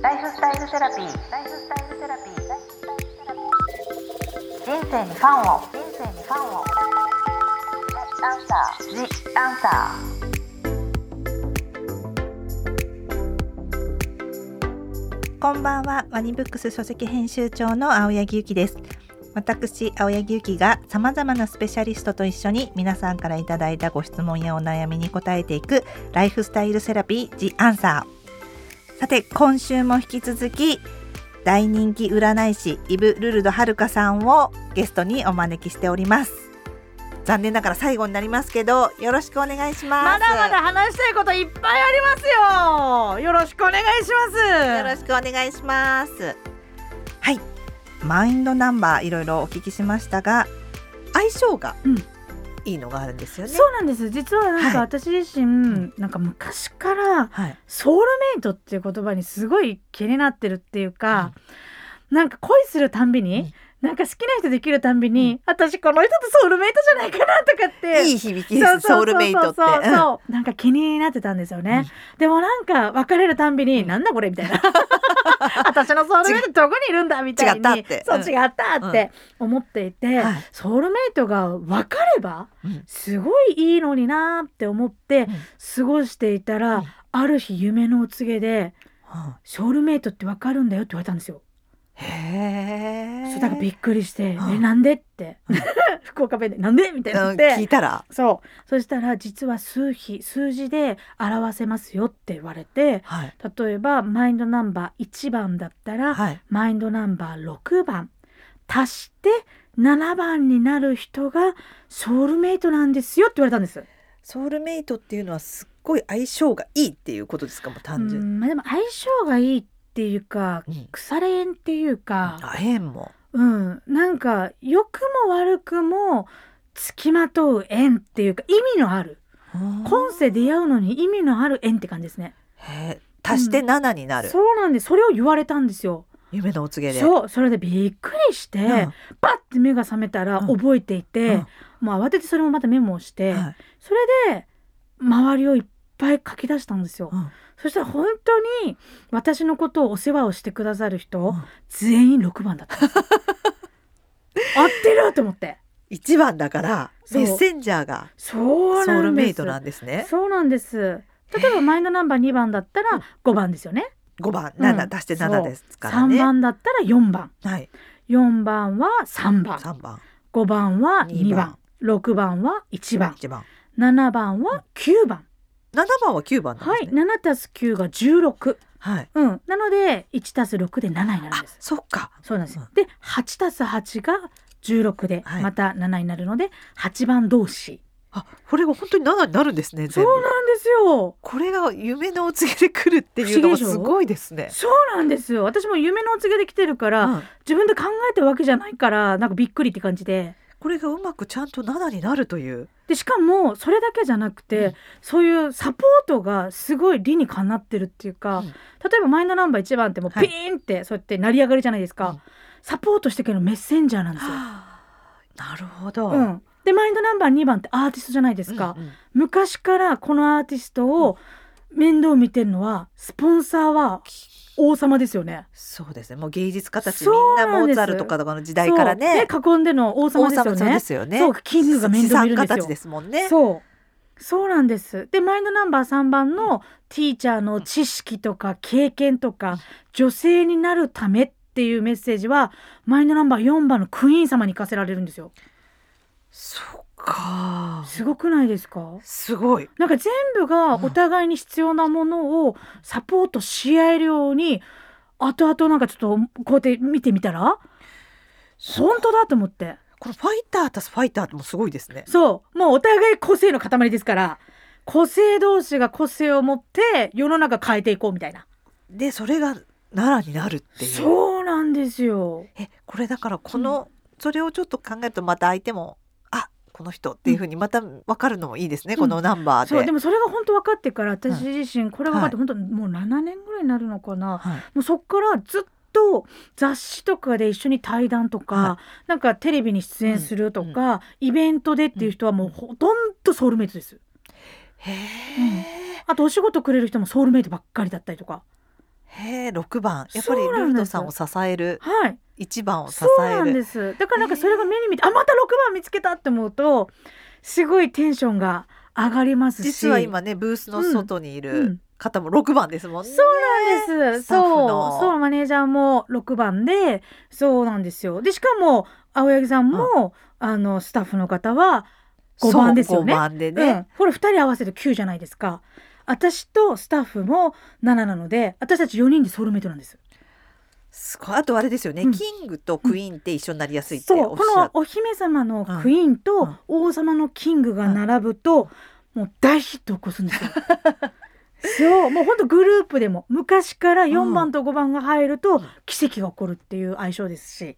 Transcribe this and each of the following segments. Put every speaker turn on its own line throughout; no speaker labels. ライフスタイルセラピー。ライフスタイルセラピー。ライフスタイルセラピー人生にファンを。人生にファンを。アンサー。ジアンサー。
こんばんは、ワニブックス書籍編集長の青柳ゆきです。私、青柳ゆきが様々なスペシャリストと一緒に皆さんからいただいたご質問やお悩みに答えていくライフスタイルセラピー The Answer。さて、今週も引き続き大人気占い師イブ・ルルドはるかさんをゲストにお招きしております。残念ながら最後になりますけど、よろしくお願いします。
まだまだ話したいこといっぱいありますよよろしくお願いし
よろ
ます
しくお願いします。はい、マインドナンバーいろいろお聞きしましたが、相性が
うん
いいのがあるんですよね。
そうなんです実はなんか
はい
私自身、なんか昔から
はい。
ソウルメイトっていう言葉にすごい気になってるっていうか、なんか恋するたんびに、
うん
なんか好きな人できるたんびに、私この人とソウルメイトじゃないかなとかって
いい響きです。ソウルメイトって。
そうそうそうそうなんか気になってたんですよね、でもなんか別れるたんびに、
うん
なんだこれみたいな 私のソウルメイトどこにいるんだみたいに
違ったって
そ
う
う
ん
違ったって思っていて、
うんはい
ソウルメイトが分かれば
うん
すごいいいのになーって思って過ごしていたら、
うん
ある日夢のお告げで
は
「ソウルメイトって分かるんだよ」って言われたんですよ。
あへえ。
そうだからびっくりして「
うん
えなんで?」って「 福岡弁でなんで?」みたいにな
う
っ
ん
て、
聞いたら。
そうそしたら実は数比数字で表せますよって言われて
はい。
例えばマインドナンバー1番だったら、
はい。
マインドナンバー6番足して7番になる人がソウルメイトなんですよって言われたんです。
ソウルメイトっていうのはすっごい相性がいいっていうことですかもう単
う
純に。
んまあ、でも相性がいいっていうか
うん
腐れ縁っていうか、
あ縁も。
うん、なんか良くも悪くも付きまとう縁っていうか意味のある今世出会うのに意味のある縁って感じですね。
へえ。足して七になる。
そうなんですそれを言われたんですよ
夢のお告げで。う
そうそれでびっくりして、
ん。
バッて目が覚めたら
うん
覚えていて、
うん
もう慌ててそれもまたメモをして、
はい
それで周りをいっぱい書き出したんですよ、
うん
そしたら本当に私のことをお世話をしてくださる人、
ん
全員6番だった んですよ合ってると思って
一番だから
そう
メッセンジャーが
そ
ソ
う
ウ
な
ル
ん
メ
で
イ
す
トなんですね。
そうなんです例えばマインドナンバー2番だったら5番ですよね
五番
うん
七足して
そ
七
う
ですから
3
ね。
番だったら4番
はい。
4番は3番
三番、
5番は
二
2
番
番6番は1番
一番、
7番は9番、
七番は九番なん
は
で
い
すね。
7たす9が16、
はい。
うん、なので1たす6で7になるん
あ
で、す
そっか。
そうなんです
うん
で8たす8が16で、
はい
また7になるので8番同士
あ、これが本当に七になるんですね。
そ
全
う
部。
なんですよ
これが夢のお告げで来るっていうのがすごいですね。
そうなんですよ私も夢のお告げで来てるから、
うん
自分で考えてるわけじゃないからなんかびっくりって感じで
これがうまくちゃんと七になるという。
でしかもそれだけじゃなくて、
うん
そういうサポートがすごい理にかなってるっていうか、
うん
例えばマインドナンバー1番ってもう
はい
ピーンってそうやって成り上がるじゃないですか、
うん
サポートしてくれるメッセンジャーなんですよ。
はあなるほど。
う
うん
ん、でマインドナンバー2番ってアーティストじゃないですか、
うん
昔からこのアーティストを面倒見てるのはスポンサーは王様ですよね。
そうですね。もう芸術家たちみ
そ
ん
う
な
なん
モ
です
ーツァルトかの時代からね。
そうで囲んでの王様
王
です
様
よ
さん
ね
で。すよね。
そうキングが面倒見るん
資産家
です
た
よ
ちですもんね。
そうそうなんですでマインドナンバー3番のティーチャーの知識とか経験と
うん
か女性になるためっていうメッセージはマインドナンバー4番のクイーン様に行かせられるんですよ
そっか。
すごくないですか
すごい。
なんか全部がお互いに必要なものをサポートし合えるように後々なんかちょっとこうやって見てみたら本当だと思って
このファイターたすファイターってもすごいですね。
そうもうお互い個性の塊ですから個性同士が個性を持って世の中変えていこうみたいな
でそれが奈良になるっていう。
そうなんですよ
えこれだからこの、それをちょっと考えるとまた相手もあこの人っていうふうにまた分かるのもいいですね、
うん
このナンバーで。
そうでもそれが本当分かってから私自身これが分かって本当もう7年ぐらいになるのかな、
はい
もうそっからずっと雑誌とかで一緒に対談とか、
は
なんかテレビに出演するとか、イベントでっていう人はもうほとんどソウルメイトです
へえ、
あとお仕事くれる人もソウルメイトばっかりだったりとか
へえ六番やっぱりル
そうなん
ー
で
ト
す
さんを支える
はい
一番を支
そう
え
なん
る
ですだからなんかそれが目に見て、あまた6番見つけたって思うとすごいテンションが上がりますし
実は今ねブースの外にいうる
ん
方も六番ですもんね、
そうなんです
スタッフの
そうそうマネージャーも6番でそうなんですよでしかも青柳さんも、あのスタッフの方は5番ですよね
そう五番で
う
ね、
ん、これ2人合わせて9じゃないですか私とスタッフも7なので私たち4人でソウルメイトなんです
すごいあとあれですよね、
うん
キングとクイーンって一緒になりやすいって
そ
お
う
っ
こ
しゃ
の
っ
お姫様のクイーン
う
と
ん
王様のキングが並ぶと、もう大ヒットを起こすんですよ。 そうもうほんとグループでも昔から4番と5番が入ると奇跡が起こるっていう相性ですし、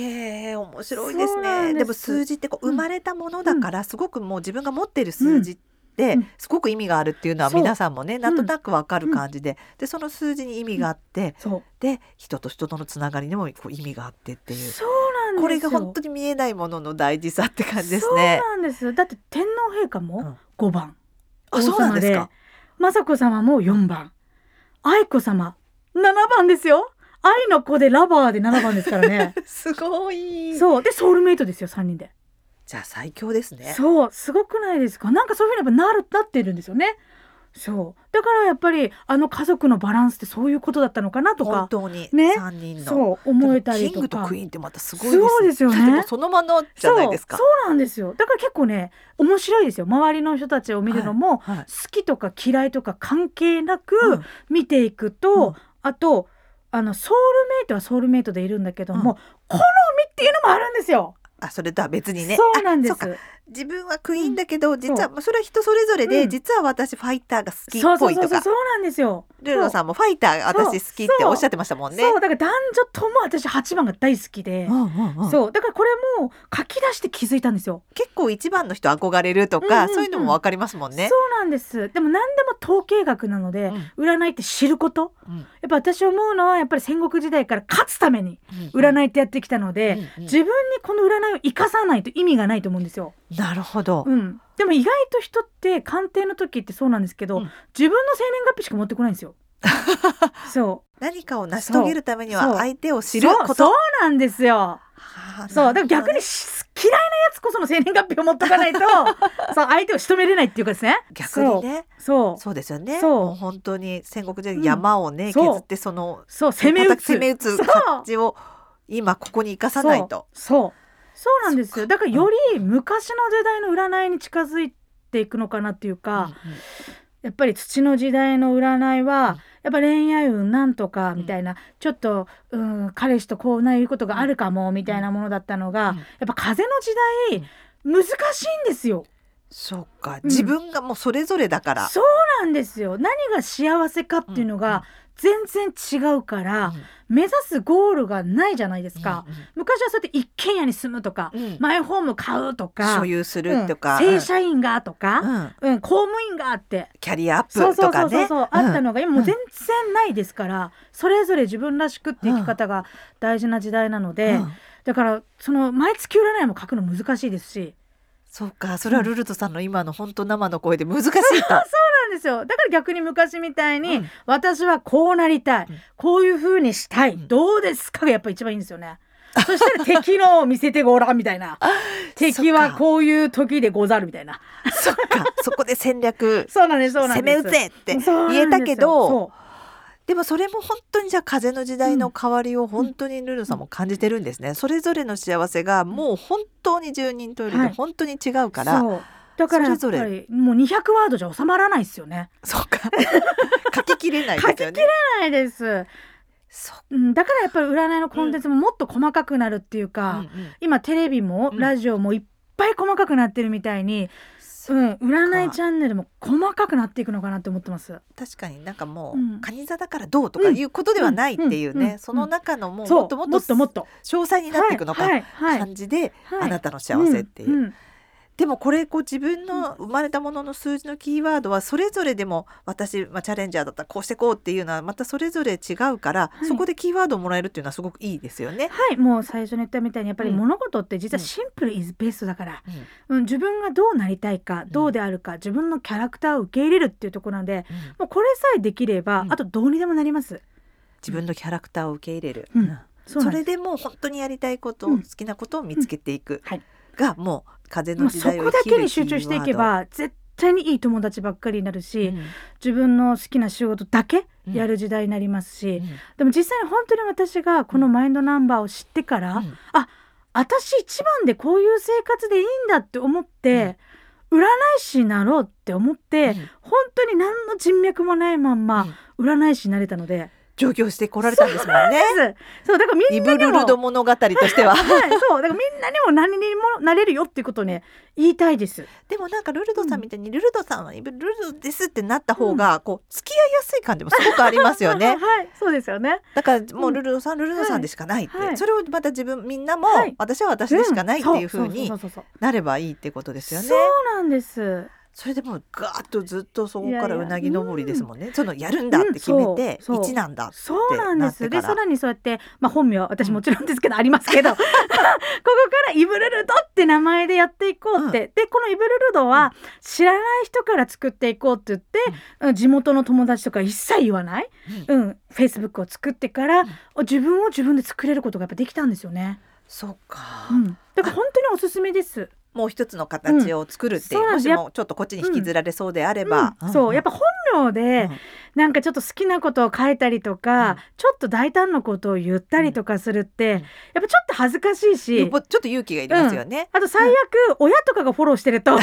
へえ面白いです
そうなん
ね
で
で
す
も数字ってこう
うん
生まれたものだから、すごくもう自分が持ってる数字って、
うん
すごく意味があるっていうのは
そう
皆さんもねなんとなくわかる感じで、でその数字に意味があって、
そう
で人と人とのつながりにもこう意味があってっていう
そうなんですよ
これが本当に見えないものの大事さって感じですね
そう。なんですだって天皇陛下も5番、
あそうなんですか。
雅子様も4番。愛子様7番ですよ。愛の子でラバーで7番ですからね。
すごい。
そうでソウルメイトですよ3人で。
じゃあ最強ですね。
そうすごくないですか。なんかそういうふうにやっぱなるなってるんですよね。そうだからやっぱりあの家族のバランスってそういうことだったのかなと
本
か。
当に
ね
三人の、
そう思えた
でもキ
り
ン
と
グと
か。
クイーンってまたすごいですね。
そうですよね
だってもうそのまのじゃないですか
そう。そうなんですよだから結構ね面白いですよ周りの人たちを見るのも、
はいはい
好きとか嫌いとか関係なく、
うん
見ていくと、
うん
あとあのソウルメイトはソウルメイトでいるんだけども、
うん
好みっていうのもあるんですよ。
あそれとは別にね。
そうなんです
あ。そうか自分はクイーンだけど、実は
そ
まあそれは人それぞれで、
うん
実は私ファイターが好き
そう
っ
そ
ぽ
う
い
そう
と
そう
か
そうなんですよ。
ルーロさんもファイターが私好きっておっしゃってましたもんね。
そうだから男女とも私8番が大好きで、
うんうんうん
そうだからこれも書き出して気づいたんですよ。
結構一番の人憧れるとか、
うんうんうん
そういうのもわかりますもんね
そ。うなんです。でも何でも統計学なので、占いって知ること。
うん
やっぱ私思うのはやっぱり戦国時代から勝つために
うん
占いってやってきたので、
うんうん
自分にこの占いを生かさないと意味がないと思うんですよ。
なるほど。
うん、でも意外と人って鑑定の時ってそうなんですけど、
うん
自分の生年月日しか持ってこない んですよ。そ
何かを成し遂げるために
そう
は相手を
う
知る
そう
こ
そう
と。
なんですよ。
はあ
そうだから逆
なる
にし 嫌いなやつこその生年月日を持っと かないとそう相手を仕留めれないっていうかですね。
ほど逆にね
そうそう
そうですよね。
そう
もう本当に戦国時代の山をね、
うんそう
削ってその
そう攻め撃つ
攻め打つ感じを今ここに生かさないと。
そうそうなんです
そ
よ
っか
だからより昔の時代の占いに近づいていくのかなっていうか、
うんうん
やっぱり土の時代の占いは、やっぱ恋愛運なんとかみたいな、ちょっと、うん、彼氏とこういうことがあるかもみたいなものだったのが、
うん
やっぱ風の時代、難しいんですよ
そっか、
うん
自分がもうそれぞれだから。
そうなんですよ何が幸せかっていうのが全然違うから、目指すゴールがないじゃないですか、昔はそうやって一軒家に住むとか、
うんうん
マイホーム買うとか
所有するとか、
うん正社員がとか、
うんうん
うん、公務員がって。
キャリアアッ
そう
プ
そ
と
うそ
か
うそう
ね。
そう、あった
うん
のが今もう全然ないですから、それぞれ自分らしくって生き方が大事な時代なので、
うん
だからその毎月占いも書くの難しいですし
そうか、それはルルトさんの今の本当生の声で難しいと。
そうなんですよだから逆に昔みたいに、
うん
私はこうなりたい、
うん
こういう風にしたい、
ん
どうですかがやっぱ一番いいんですよね。そしたら敵のを見せてごらんみたい な敵はこういう時でござるみたいな
そっか、そこで戦略
そうなんですそうな
攻
ん
め
です
撃てって
そう
言えたけど。
そう
でもそれも本当にじゃあ風の時代の変わりを本当にルルさんも感じてるんですね、それぞれの幸せがもう本当に十人十色
は
で
い
本当に違うから、
そうだからやっぱ
それぞ
りもう200ワードじゃ収まらないですよね。
そうか 書ききれないですよね
ないです、
そっ
うん、だからやっぱり占いのコンテンツももっと細かくなるっていう
か、
か、
うんうん
今テレビも
うん
ラジオもいっぱい細かくなってるみたいに、う
そ
ん、占いチャンネルも細かくなっていくのかなって思ってます。
確かになんかも
うん
うカニ座だからどうとかいうことではないっていうね、
うんうんうん
その中のもう
そう
もっともっと
もっともっと
詳細になっていくのか、
はいはいはい
感じで、
はい
あなたの幸せっていう、
んん
でもこれこう自分の生まれたものの数字のキーワードはそれぞれでも私、まあ、チャレンジャーだったらこうしてこうっていうのはまたそれぞれ違うから、
い
そこでキーワードをもらえるっていうのはすごくいいですよね。
はいもう最初に言ったみたいにやっぱり
うん
物事って実はシンプルイズベストだから、
うん
うん、自分がどうなりたいか
ん
どうであるか、自分のキャラクターを受け入れるっていうところなんで
うん
もうこれさえできれば、
うん
あとどうにでもなります。
自分のキャラクターを受け入れる、
うんそ
そう
なん
れ
です
でもう本当にやりたいこと、
うん
好きなことを見つけていく、
はい
がもう風
も
の
う
時
そ
代を
こ
生
だ
きる
けに集中していけば絶対にいい友達ばっかりになる
キ
し、
ーワード、
自分の好きな仕事だけ
うん
やる時代になりますし、
うん
でも実際に本当に私がこのマインドナンバーを知ってから、
うん
私一番でこういう生活でいいんだって思って、占い師になろうって思って、
うん
本当に何の人脈もないまんま占い師になれたので、
上京してこられたんですもん ね
そうだからみ
イ
んな
ブ
に
ル
も
ルド物語としては
はい、そうだからみんなにも何にもなれるよっていうことをね言いたいです。
でもなんかルルドさんみたいにルルドさんはイブルルドですってなった方がこう付き合いやすい感じもすごくありますよね
はい、そうですよね。
だからもううんルルドさん、ルルドさんでしかないって、
はい
それをまた自分みんなも、
はい
私は私でしかないっていう風に
そうそうそうそう
なればいいってことですよね。
そうなんです。
それでもうガーッとずっとそこか
いや
ら
いや
うなぎ登りですもんね。そのやるんだって決めて
うんそうそう
一なんだ。
そうなんで
っ
す。
てな
で、
ってから
さらにそうやって、まあ、本名は私もちろんですけど、ありますけど、ここからイブルルドって名前でやっていこうって。で、このイブルルドは知らない人から作っていこうって言って、うん地元の友達とか一切言わない、うん、Facebook を作ってから、自分を自分で作れることがやっぱできたんですよね。
そうか。
うん。だから本当におすすめです。
もう一つの形を作るっていう、
うんそうなん
も
です
しもちょっとこっちに引きずられそうであれば、
うん、そうやっぱ本名で
うん
なんかちょっと好きなことを書いたりとか、
うん
ちょっと大胆なことを言ったりとかするって、
うん
やっぱちょっと恥ずかしいし、
よっぽどちょっと勇気がいりますよね。
あと最悪、親とかがフォローしてると 親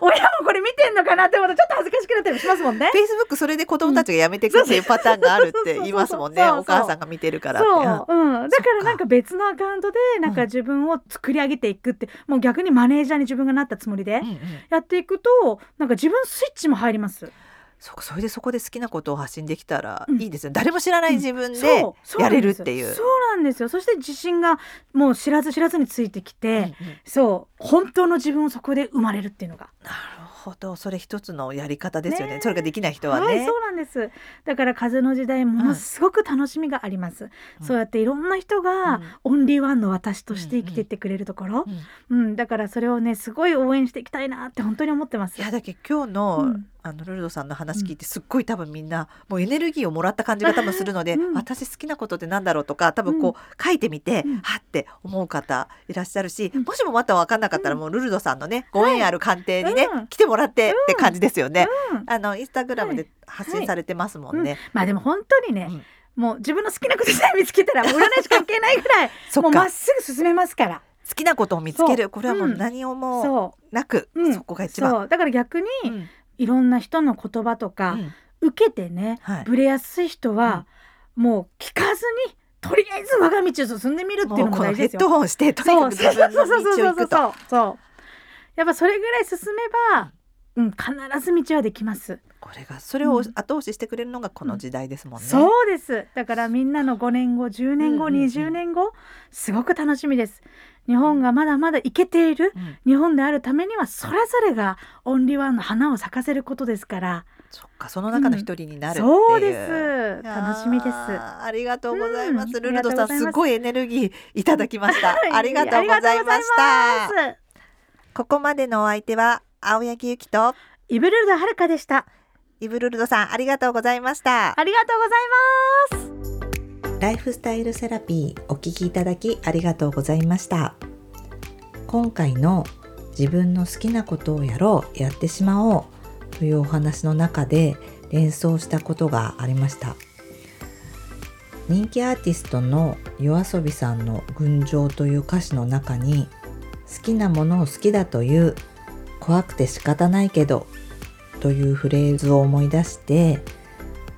もこれ見てんのかなって思うとちょっと恥ずかしくなったりもしますもんね。
フェイスブックそれで子供たちがやめてくっていうパターンがあるって言いますもんね。
そうそうそうそう
お母さんが見てるからって。
そう、うん、だからなん
そ
か別のアカウントでなんか自分を作り上げていくって、もう逆にマネージャーに自分がなったつもりで
うんうん
やっていくとなんか自分スイッチも入ります。
そうかそれでそこで好きなことを発信できたら
うん
いいですよ、誰も知らない自分で
そうそう
や
なん
れ
で
るっ
す
ていう
そう。なんですよそして自信がもう知らず知らずについてきて、
うんうん
そう本当の自分をそこで生まれるっていうのが
なるほどそれ一つのやり方ですよね
ねえ
それができない人はね、
いそうなんですだから風の時代ものすごく楽しみがありま
う
す、
ん
そうやっていろんな人が、オンリーワンの私として生きていってくれるところ、
うんうん
うんだからそれをねすごい応援していきたいなって本当に思ってます
いやだけど今日の,、
うん
あのルルドさんの話聞いてすっごい多分みんなもうエネルギーをもらった感じが多分するので、
うん
私好きなことってなんだろうとか多分こう書いてみて、
うん
はって思う方いらっしゃるし、
うん
もしもまた分かんなかったら
うん
もうルルドさんのねご縁ある鑑定にね、
うん
来てもらってって感じですよね。
うん
あのインスタグラムで
は
発信されてますもんね。
うんまあでも本当にね、
うん
もう自分の好きなことさえ見つけたらもう占い師関係ないぐらい
そ
も
っ
うま
か
っすぐ進めますから
好きなことを見つけ
そ
る
う
これはもううん何をも
そ
なく、
う、うん、
そこが一番。
そうだから逆に、
うん
いろんな人の言葉とか、
うん
受けてね、
はい
ブレやすい人は、もう聞かずにとりあえず我が道を進んでみるってい
もう
うのも
この
大事
ヘッ
です
ド
よ。
ホンしてとに
そ
か
う
く
そう
自
そう
分の
そうそう
道を行
そう
く
そ
と
うそうやっぱそれぐらい進めば、うん、必ず道はできます、
これがそれを
うん
後押ししてくれるのがこの時代ですもんね。
そうですだからみんなの5年後10年後、
うんうんうん
20年後すごく楽しみです日本がまだまだいけている
うん
日本であるためにはそれぞれがオンリーワンの花を咲かせることですから
そっかその中の一人になるっていう。
そうです
いやー
楽しみです
ありがとうございます。
うん
ルルドさん
ありがとうございます
すごいエネルギーいただきました。ありがとうございまし
ありがとうご
た。
ざいます
ここまでのお相手は青柳ゆきと
イブルルドはるかでした。
イブルルドさんありがとうございました。
ありがとうございます。
ライフスタイルセラピーお聞きいただきありがとうございました今回の自分の好きなことをやろうやってしまおうというお話の中で連想したことがありました人気アーティストの yoasobi さんの「群青」という歌詞の中に好きなものを好きだという怖くて仕方ないけどというフレーズを思い出して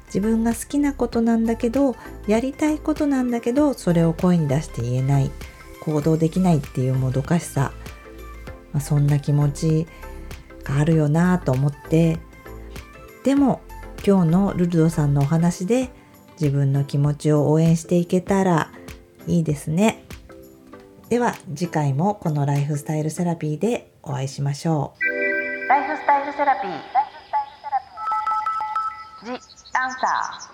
自分が好きなことなんだけどやりたいことなんだけどそれを声に出して言えない行動できないっていうもどかしさ、まあ、そんな気持ちがあるよなぁと思ってでも今日のルルドさんのお話で自分の気持ちを応援していけたらいいですねでは次回もこのライフスタイルセラピーでお会いしましょう。
ライフスタイルセラピー。The answer.